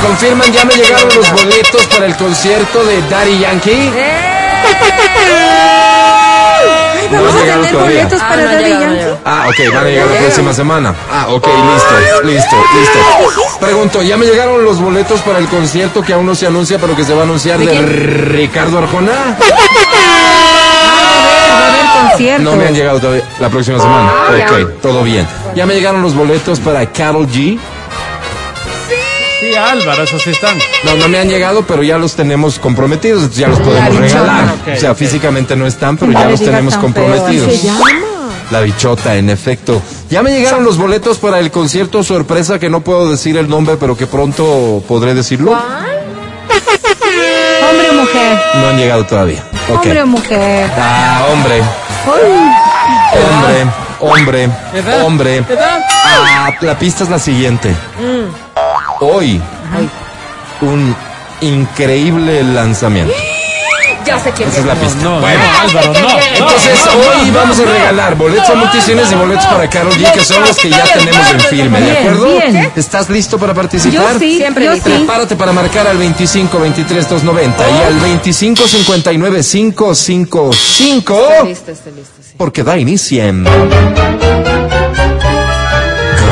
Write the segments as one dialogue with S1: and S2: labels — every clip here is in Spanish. S1: confirman, ya me llegaron los boletos para el concierto de Daddy Yankee.
S2: ¡Ay,
S1: No
S2: vamos a
S1: llegaron
S2: tener
S1: todavía.
S2: boletos
S3: Ah,
S2: para
S3: no
S2: Daddy
S3: llegaron, no
S2: Yankee.
S1: Ah, ok, van a llegar la próxima semana. Ah, ok, listo, listo, listo. Pregunto, ¿ya me llegaron los boletos para el concierto que aún no se anuncia, pero que se va a anunciar de, Ricardo Arjona?
S2: Va a haber concierto.
S1: No me han llegado todavía. La
S2: Ah,
S1: próxima semana. ok, todo bien. ¿Ya me llegaron los boletos para Carol G?
S4: Sí, Álvaro, esos están.
S1: No, no me han llegado, pero ya los tenemos comprometidos, entonces ya los podemos
S3: La bichota.
S1: regalar.
S4: Ok,
S1: o sea,
S4: ok.
S1: físicamente no están, pero
S2: No
S1: ya
S2: le
S1: los
S2: digas
S1: tenemos
S2: tan feo, así
S1: comprometidos.
S2: se
S1: La bichota, en efecto. Ya me llegaron los boletos para el concierto sorpresa que no puedo decir el nombre, pero que pronto podré decirlo.
S2: Hombre o mujer.
S1: No han llegado todavía. Ok.
S2: Hombre o mujer.
S1: Ah, hombre,
S2: Uy,
S1: hombre, hombre,
S4: ¿Edad?
S1: hombre.
S4: ¿Edad?
S1: Ah, la pista es la siguiente. Hoy, un increíble lanzamiento.
S3: Ya sé quién
S1: Esa es
S3: es.
S1: la pista.
S4: No, no, Álvaro, no.
S1: Entonces
S4: no, no,
S1: hoy
S4: no,
S1: vamos a
S4: no.
S1: regalar boletos a multicines y boletos para Carol G, que son los que ya tenemos en firme, ¿de
S2: Bien,
S1: acuerdo?
S2: bien.
S1: ¿Estás listo para participar?
S2: yo sí,
S3: Siempre
S2: yo
S3: lista.
S2: Pues sí.
S1: Prepárate para marcar al 25 23 290 y al 25 59 555
S3: Listo, estoy listo, sí.
S1: porque da inicio en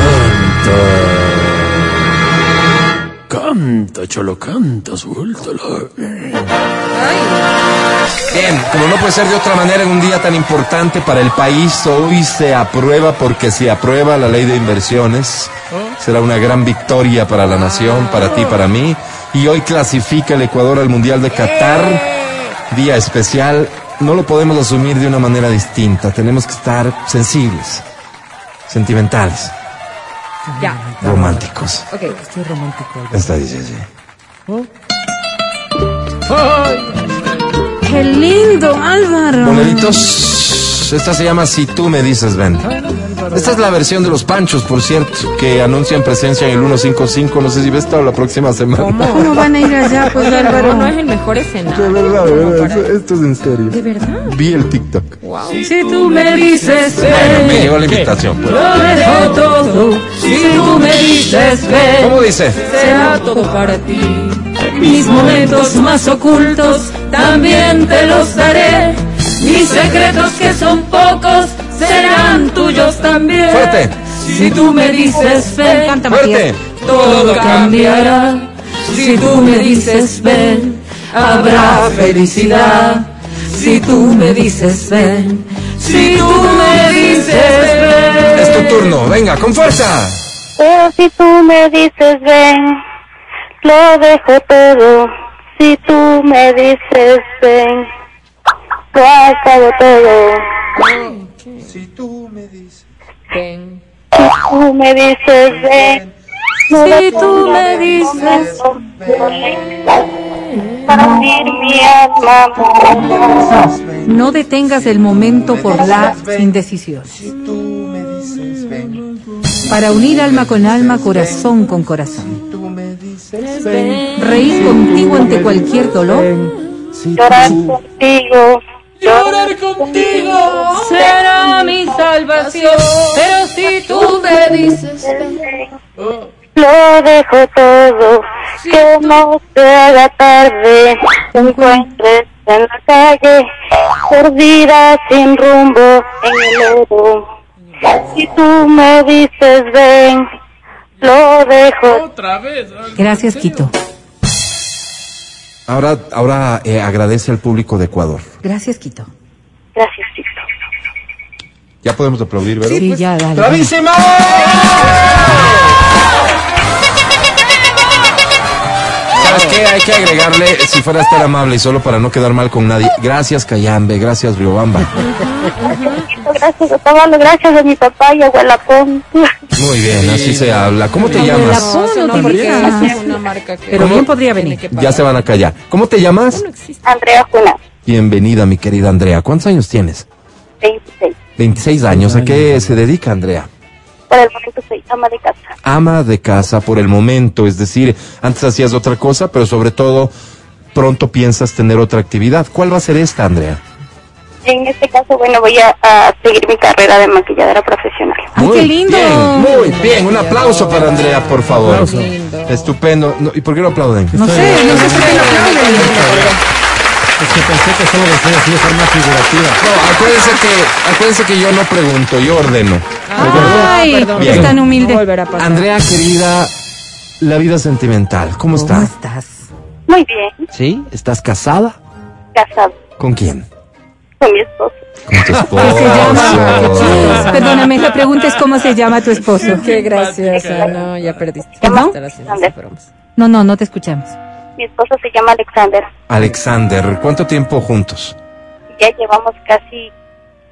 S1: Canta.
S5: Canta, cholo, canta, suéltalo.
S1: Bien, como no puede ser de otra manera en un día tan importante para el país, hoy se aprueba porque si aprueba la ley de inversiones, será una gran victoria para la nación, para ti, para mí. Y hoy clasifica el Ecuador al Mundial de Qatar, día especial. No lo podemos asumir de una manera distinta, tenemos que estar sensibles, sentimentales,
S3: Ya.
S1: románticos.
S3: Ok.
S1: Esta dice sí.
S2: Qué lindo, Álvaro.
S1: Moneditos, esta se llama Si tú me dices ven. Esta es la versión de los panchos, por cierto, que anuncian presencia en el 155, no sé si ves esta o la próxima semana.
S2: ¿Cómo van a ir allá, pues, Álvaro?
S3: No es el mejor
S1: De
S3: escenario.
S1: verdad, de verdad, esto- esto es en serio.
S3: ¿De verdad?
S1: Vi el TikTok.
S2: Si tú me dices
S1: Bueno, me
S2: ven,
S1: llegó la invitación. pues.
S2: lo dejo todo. Si tú me dices ven,
S1: ¿Cómo dice?
S2: será todo para ti. Mis momentos más ocultos también te los daré. Mis secretos que son pocos serán tuyos también.
S1: Fuerte.
S2: Si tú me dices ven,
S1: Fuerte.
S2: todo cambiará. Si tú me dices ven, habrá felicidad. Si tú me dices ven, si tú me dices ven.
S1: Es tu turno, venga, con fuerza.
S6: Pero si tú me dices ven, lo dejo todo. Si tú me dices ven, lo acabo todo.
S3: Ven.
S6: Si tú me dices ven, no
S2: Si tú me dices
S6: para unir mi alma.
S2: No detengas el momento por la indecisión. Para unir alma con alma, corazón con corazón. Reír contigo ante cualquier dolor.
S6: Llorar contigo.
S2: Será mi salvación. Pero si tú me dices.
S6: Lo dejo todo, que no se haga tarde, te encuentres en la calle, perdida sin rumbo en el oro. Si tú me dices ven, lo dejo
S4: Otra vez.
S2: Gracias, Quito.
S1: Ahora, ahora eh, agradece al público de Ecuador.
S2: Gracias, Quito.
S6: Gracias, Cristo.
S1: Ya podemos aplaudir, ¿verdad?
S3: pues,
S2: Sí, pues, ya, dale.
S1: ¡Bravísimo! ¿Sabes qué? Hay que agregarle, si fueras tan amable y solo para no quedar mal con nadie, gracias Cayambe, gracias Riobamba.
S6: Gracias, estaba dando gracias a mi papá y a Gualapón.
S1: Muy bien, así se habla. ¿Cómo te llamas?
S2: Abuela,
S3: No, si
S2: ¿cómo
S3: no,
S2: te
S3: porque
S2: llamas?
S3: es una marca que.
S2: Pero bien podría venir.
S3: Tiene que
S1: Ya
S3: pagar.
S1: se van a callar. ¿Cómo te llamas?
S6: Andrea Juna,
S1: Bienvenida, mi querida Andrea. ¿Cuántos años tienes?
S6: 26.
S1: 26 años. ¿A qué se dedica Andrea?
S6: Por el momento soy ama de casa.
S1: Ama de casa por el momento, es decir, antes hacías otra cosa, pero sobre todo pronto piensas tener otra actividad. ¿Cuál va a ser esta, Andrea?
S6: En este caso, bueno, voy a, a seguir mi carrera de maquilladora profesional.
S2: ¡Ay, qué lindo!
S1: Bien, muy bien. Un aplauso para Andrea, por favor.
S4: Aplauso.
S1: Estupendo. No, ¿Y por qué no aplauden?
S2: No sé, no sé por qué lo aplauden.
S7: Es que pensé que solo decía así de forma figurativa.
S1: No, acuérdense que, acuérdense que yo no pregunto, yo ordeno.
S2: Ay,
S3: Perdón.
S2: es tan
S3: No
S2: humilde.
S3: volverá a pasar.
S1: Andrea, querida, la vida sentimental, ¿cómo
S2: ¿Cómo
S1: está?
S2: estás?
S6: Muy bien,
S1: ¿Sí? ¿Estás casada?
S6: casado
S1: ¿Con quién?
S6: con mi esposo.
S1: Con tu
S2: ¿Cómo se
S1: esposo.
S2: llama? Perdóname, la pregunta es cómo se llama tu esposo.
S3: Qué graciosa, no, ya perdiste.
S2: ¿Perdón?
S3: Te las hacemos bromas.
S2: No, no, no te escuchamos.
S6: Mi esposo se llama Alexander.
S1: Alexander, ¿cuánto tiempo juntos?
S6: Ya llevamos casi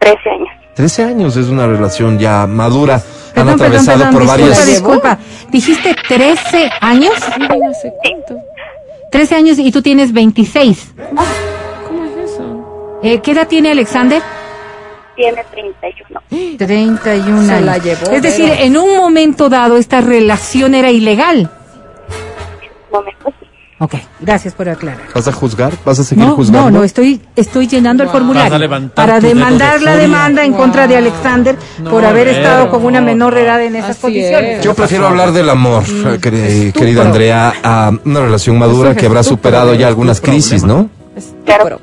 S6: 13 años.
S1: 13 años es una relación ya madura. Han
S2: Perdón, perdón,
S1: atravesado
S2: perdón,
S1: por
S2: disculpa,
S1: varias.
S2: disculpa. Dijiste 13 años,
S3: Ay, no sé cuánto. Ah,
S2: 13 años y tú tienes 26.
S3: ¿Cómo es eso?
S2: Eh, ¿Qué edad tiene Alexander?
S6: Tiene 31.
S2: ¿Eh? 31
S3: Se
S2: años.
S3: la llevó,
S2: es decir,
S3: pero-
S2: en un momento dado esta relación era ilegal.
S6: Momento, sí.
S2: Ok, gracias por aclarar.
S1: ¿Vas a juzgar? ¿Vas a seguir
S2: No, no,
S1: juzgando?
S2: no, estoy, estoy llenando el
S3: Wow.
S2: formulario
S4: Vas a levantar
S2: para
S4: tus dedos
S2: demandar
S4: de
S2: la
S4: furia.
S2: demanda en
S3: Wow.
S2: contra de Alexander
S4: No,
S2: por haber
S4: pero
S2: estado con una
S4: no.
S2: menor edad en esas
S3: Así
S2: condiciones.
S3: es.
S1: Yo prefiero hablar del amor, eh, quer- eh, querida Andrea, a una relación madura
S3: Eso es
S1: que habrá
S3: tu
S1: superado ya
S4: problema,
S1: algunas
S4: tu problema.
S1: crisis, ¿no?
S3: Es tu
S6: Claro.
S3: pro.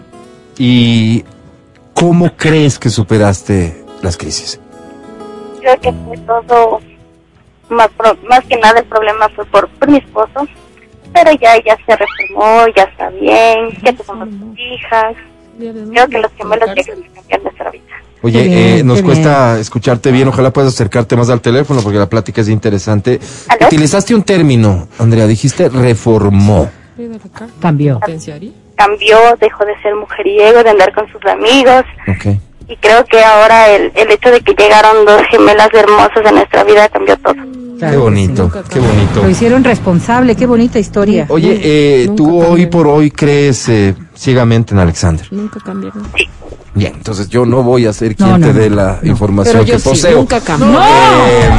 S1: ¿Y cómo crees que superaste las crisis?
S6: Creo que fue todo, más, pro- más que nada el problema fue por, por mi esposo. Pero ya, ya se reformó, ya está bien, ya tuvimos sus hijas. Creo que los gemelos llegan a cambiar nuestra vida.
S1: Oye,
S2: Qué bien,
S1: eh, nos
S2: qué
S1: cuesta escucharte bien, ojalá puedas acercarte más al teléfono porque la plática es interesante.
S6: ¿Aló?
S1: Utilizaste un término, Andrea, dijiste reformó.
S3: Pídele acá.
S2: Cambió.
S3: Pensiari.
S6: Cambió, dejó de ser mujeriego, de andar con sus amigos.
S1: Ok.
S6: Y creo que ahora el, el hecho de que llegaron dos gemelas hermosas a nuestra vida cambió todo.
S1: Qué bonito, qué bonito.
S2: Lo hicieron responsable, qué bonita historia.
S1: Oye, eh,
S3: Nunca
S1: tú hoy
S3: cambié.
S1: por hoy crees eh, ciegamente en Alexander.
S3: Nunca cambiaron.
S1: Bien, entonces yo no voy a ser
S2: No,
S1: quien
S2: no,
S1: te dé
S2: no,
S1: la
S3: Pero
S1: información
S3: yo
S1: que
S3: sí,
S1: poseo.
S3: nunca cambió.
S1: Eh,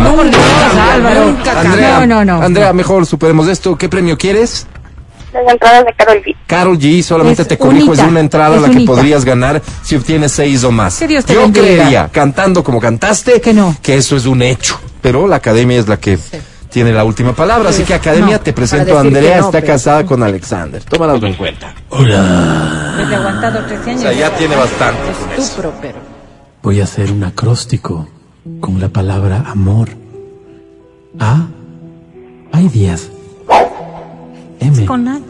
S2: No, porque no estás, Álvaro.
S3: Nunca
S1: Andrea,
S2: No, no, no.
S1: Andrea, mejor superemos esto. ¿Qué premio quieres?
S6: Las entradas de Carol G.
S1: Carol G, solamente
S2: Es
S1: te corrijo,
S2: unita,
S1: es una entrada
S2: es
S1: la que
S2: unita.
S1: podrías ganar si obtienes seis o más.
S2: Que Dios te
S1: Yo
S2: bendiga.
S1: creería, cantando como cantaste,
S2: Que no.
S1: que eso es un hecho. Pero la academia es la que tiene la última palabra. Así que academia, te presento a
S3: decir que
S1: Andrea,
S3: no,
S1: está
S3: pero-
S1: casada con Alexander. Tómalo en cuenta.
S2: Desde aguantado 13
S1: O
S2: años.
S1: sea, ya tiene bastante.
S3: Es tu pro, pero.
S5: Voy a hacer un acróstico con la palabra amor. A. Hay días. M.
S2: Con H.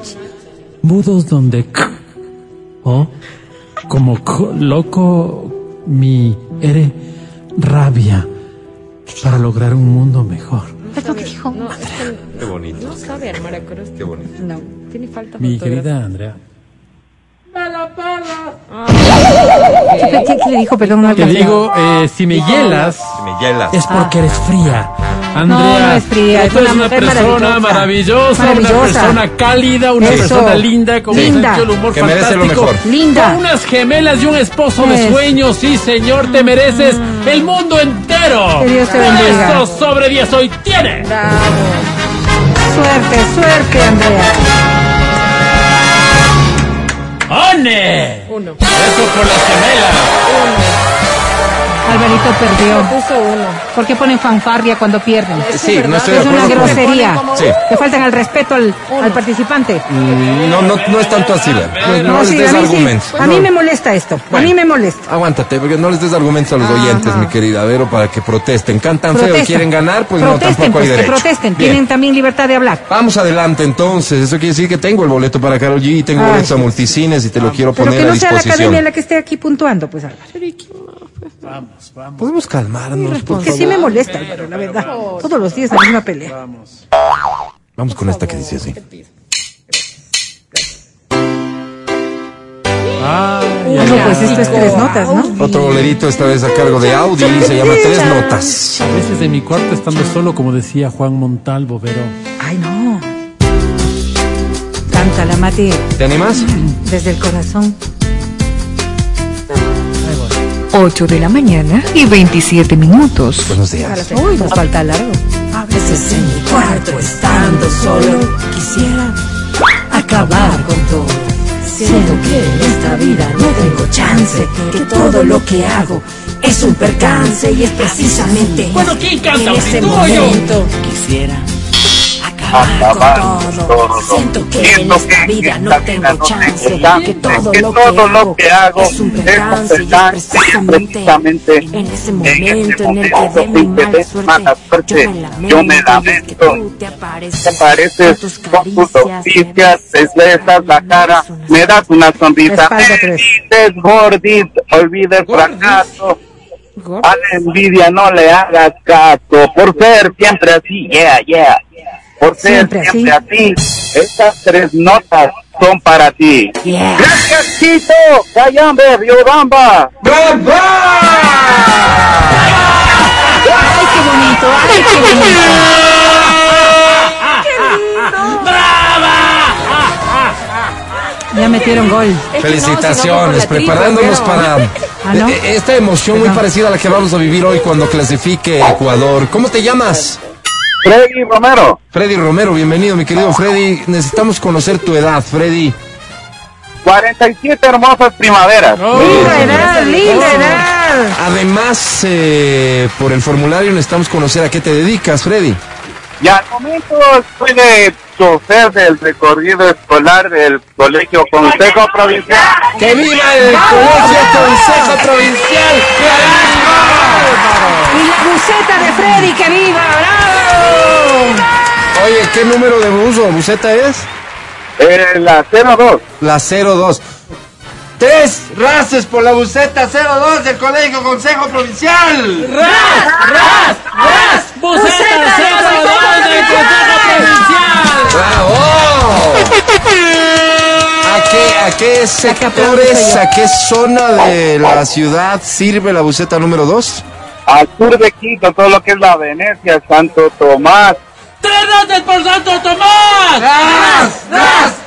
S5: Mudos donde. c- O. Como co- loco mi R. Rabia. Para lograr un mundo mejor.
S2: Es lo que dijo.
S3: No, es que
S1: Qué bonito,
S3: no sabe armar acrósticos.
S1: qué bonito.
S3: No, tiene falta de
S5: Mi
S3: ortografía.
S5: querida Andrea.
S3: Ah,
S2: ¿Qué, qué- qué le dijo? Perdón, no
S5: Te
S2: alcancé.
S5: digo, eh, si me hielas,
S1: Me hielas.
S5: es porque eres fría. Andrea,
S2: Ah. No, no es fría, es
S5: tú eres
S2: una
S5: una
S2: mujer
S5: persona maravillosa,
S2: Maravillosa.
S5: una persona cálida, una
S2: Eso.
S5: persona linda, con un
S2: Linda.
S5: sentido del humor
S1: Que merece
S5: fantástico.
S1: lo mejor.
S2: Linda. Pues.
S5: Con unas gemelas y un esposo de
S2: Eso.
S5: sueños, sí señor, te mereces el mundo entero.
S2: Mm. Que Dios te bendiga.
S5: Eso sobre 10 hoy tiene.
S2: Suerte, suerte, Andrea.
S5: ¡One!
S3: Uno.
S5: Eso por las gemelas.
S2: Alvarito perdió.
S3: Puso uno.
S2: ¿Por qué ponen fanfarria cuando pierden?
S1: Sí, no estoy de
S2: Es una
S1: acuerdo con-
S2: grosería.
S1: Sí.
S2: Le faltan al respeto al, al participante.
S1: No, no, no es tanto así, Leo. No, no les
S2: sí,
S1: des
S2: a mí, sí.
S1: argumentos.
S2: a mí me molesta esto. A mí me molesta.
S1: Aguántate, porque no les des argumentos a los oyentes, mi querida Vero, para que protesten. Cantan feo,
S2: Protestan.
S1: quieren ganar, pues no,
S2: protesten,
S1: tampoco hay
S2: pues, que
S1: derecho.
S2: protesten.
S1: Bien.
S2: Tienen también libertad de hablar.
S1: Vamos adelante entonces, eso quiere decir que tengo el boleto para Carol G y tengo
S2: Ay,
S1: boletos a
S2: sí.
S1: multicines y te lo quiero
S2: Pero
S1: poner
S2: que
S1: a
S2: no sea la academia
S1: disposición.
S2: la que esté aquí puntuando, pues Álvaro.
S1: Podemos calmarnos, por
S2: Porque
S1: favor.
S2: sí me molesta, Álvaro, la verdad. Todos los días la misma pelea.
S1: Vamos con esta que dice así.
S2: No, pues esto es tres notas, ¿no?
S1: Otro bolerito, esta vez a cargo de Audi, se llama Tres Notas.
S5: A veces en mi cuarto estando solo, como decía Juan Montalvo, pero...
S2: Ay, no. Cántala, Mati, eh,
S1: ¿Te animas?
S2: desde el corazón.
S8: 8 de la mañana y 27 minutos.
S1: Buenos días.
S2: Uy, nos falta largo. A veces en mi cuarto estando solo quisiera acabar con todo.
S3: Siento que en esta vida no tengo chance, que todo lo que hago es un percance y es precisamente
S5: Bueno, ¿quién
S3: en
S5: canta?
S3: ese
S5: ¿Tú o yo?
S3: momento quisiera acabar con todo. Siento que en esta vida no tengo chance, que todo lo que hago es un percance y es precisamente en ese momento en el que de mi mala suerte yo me lamento. y es que tú Te apareces con tus caricias,
S9: te besas la cara, me das una sonrisa.
S2: Espalda tres.
S9: Dices gordito, olvida el fracaso. A la envidia no le hagas caso, por ser siempre así, yeah, yeah. Por ser
S2: Siempre
S9: siempre, así. estas tres notas son para ti.
S3: Yeah.
S9: Gracias, Chito, Cayambe, Riobamba.
S3: ¡Ay, qué bonito! ¡Ay, qué bonito!
S2: Ya metieron gol.
S1: Felicitaciones, preparándonos para
S2: Ah, ¿no?
S1: eh, eh, esta emoción muy parecida a la que vamos a vivir hoy cuando clasifique Ecuador. ¿Cómo te llamas?
S9: Freddy Romero,
S1: Freddy Romero, bienvenido mi querido Freddy. Necesitamos conocer tu edad, Freddy.
S9: 47 hermosas primaveras.
S2: Linda edad, linda edad.
S1: Además, eh, por el formulario necesitamos conocer a qué te dedicas, Freddy.
S9: Y al momento soy de chofer del recorrido escolar del Colegio Consejo Provincial.
S1: ¡Que viva el Colegio Consejo Provincial!
S2: Y la buceta de Freddy, que viva, bravo.
S1: Oye, ¿qué número de bus o buseta es?
S9: Eh, la 02.
S1: La 02. Tres races por la buseta 02 del Colegio Consejo Provincial.
S5: ¡Ras! ¡Buceta 02 del Consejo Provincial!
S1: ¡Bravo! ¿A qué, a qué sectores, a qué zona de la ciudad sirve la buseta número 2?
S9: Al sur de Quito, todo lo que es la Venecia, Santo Tomás.
S5: ¡Tres ratas por Santo Tomás!
S2: Ah.
S5: ¡Ras!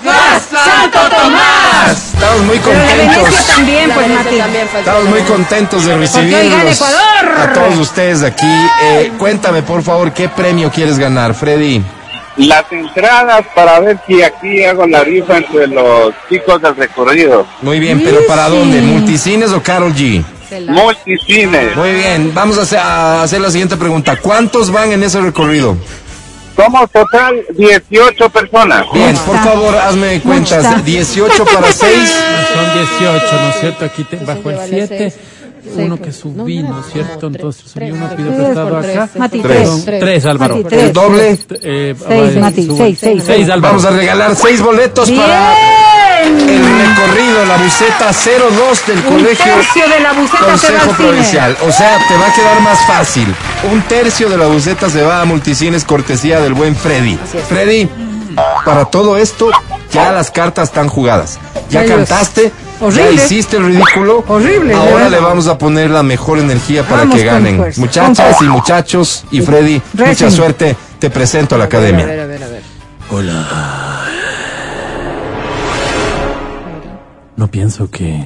S5: ¡Ras! ¡Ras! ¡Santo Tomás!
S1: Estamos muy
S2: La Venecia
S1: contentos.
S2: también, pues, Mati.
S1: Estamos muy contentos de recibirlos
S2: Ecuador.
S1: a todos ustedes aquí. Eh, cuéntame, por favor, ¿qué premio quieres ganar, Freddy?
S9: Las entradas para ver si aquí hago la rifa entre los chicos del recorrido.
S1: Muy bien, pero ¿para dónde? ¿Multicines o Carol G?
S9: Multicines.
S1: Muy bien, vamos a hacer, a hacer la siguiente pregunta. ¿Cuántos van en ese recorrido?
S9: Somos total 18 personas.
S1: Bien, por favor, hazme cuentas. 18 para 6.
S5: Son 18, ¿no es cierto? Aquí te- bajo el
S2: vale
S5: 7.
S2: seis.
S5: Uno
S2: Seis,
S5: que
S2: pues,
S5: subí,
S2: no,
S5: ¿no es cierto?
S2: no,
S5: Entonces
S2: tres,
S5: subí
S2: tres,
S5: uno, pido
S2: tres,
S5: prestado
S2: por tres,
S5: acá.
S2: tres, Mati,
S1: tres,
S5: Son tres, Álvaro.
S2: Mati,
S5: Tres,
S1: El
S2: tres.
S1: doble.
S5: eh,
S2: Seis,
S5: vale,
S2: Mati,
S5: sub-
S2: seis, seis.
S5: Seis, Álvaro.
S1: Vamos a regalar 6 boletos para
S2: Bien.
S1: el recorrido, la buceta 02 del
S2: Un
S1: colegio.
S2: tercio de la buceta se va
S1: Consejo
S2: al cine.
S1: Provincial, o sea, te va a quedar más fácil. Un tercio de la buceta se va a Multicines cortesía del buen Freddy. Freddy, para todo esto ya las cartas están jugadas. Ya
S2: Ay, Dios.
S1: cantaste, ya
S2: Oh. Horrible.
S1: hiciste el ridículo.
S2: Horrible, de
S1: Ahora
S2: verdad.
S1: le vamos a poner la mejor energía para
S2: Vamos
S1: que
S2: con
S1: ganen.
S2: fuerza, con
S1: Muchachas
S2: fuerza.
S1: y muchachos y Freddy, mucha
S2: Racing.
S1: suerte. Te presento a la
S2: A ver,
S1: academia.
S2: a ver, a ver.
S5: No pienso que,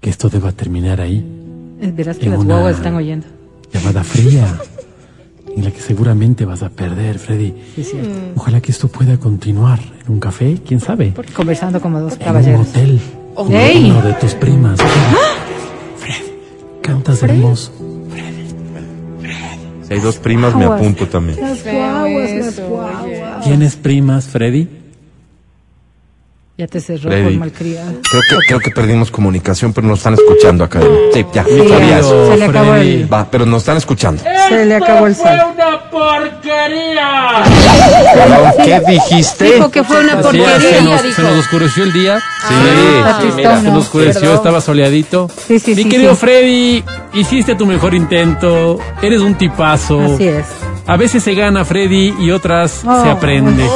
S5: que esto deba terminar ahí.
S2: Eh, Verás que
S5: En
S2: las
S5: una-
S2: guaguas están oyendo.
S5: Llamada fría. En la que seguramente vas a perder, Freddy. Ojalá que esto pueda continuar en un café, quién sabe.
S2: Conversando como dos
S5: En un
S2: caballeros.
S5: hotel. Con
S2: Ey. ¿Ah?
S5: uno de tus primas. Fred, cantas hermoso.
S1: Si hay dos primas, me apunto también.
S5: ¿Tienes primas, Freddy?
S2: Ya te cerró por
S1: Freddy.
S2: malcriado.
S1: Creo que, creo que perdimos comunicación, pero nos están escuchando acá. Sí, ya, sabía eso.
S2: Se le acabó
S5: Freddy.
S2: el-
S1: Va, pero nos están escuchando.
S2: Se le acabó el
S1: Perdón,
S2: sal.
S1: ¿Qué dijiste?
S2: Dijo que fue una
S5: Así es, se,
S2: porquería,
S5: nos,
S2: dijo.
S5: se nos oscureció el día.
S2: Ah,
S1: Sí.
S2: sí. mira.
S5: Se nos oscureció,
S2: Perdón.
S5: estaba soleadito.
S2: Sí, sí,
S5: Mi
S2: sí,
S5: querido
S2: sí.
S5: Freddy, hiciste tu mejor intento. Eres un tipazo.
S2: Así es.
S5: A veces se gana Freddy y otras
S2: Oh,
S5: se aprende.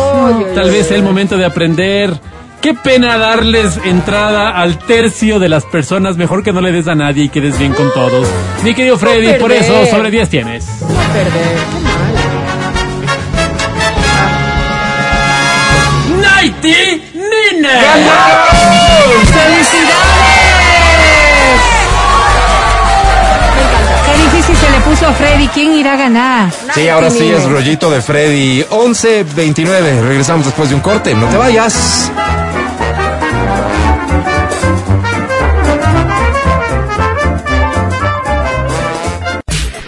S5: Tal vez sea el momento de aprender. Qué pena darles entrada al tercio de las personas. Mejor que no le des a nadie y quedes bien con todos. Mi querido Freddy, por eso sobre 10 tienes. ¡Nighty Nina!
S2: Qué difícil se le puso a Freddy. ¿Quién irá a ganar?
S1: Sí, ahora sí es rollito de Freddy. 11.29. Regresamos después de un corte. No te vayas.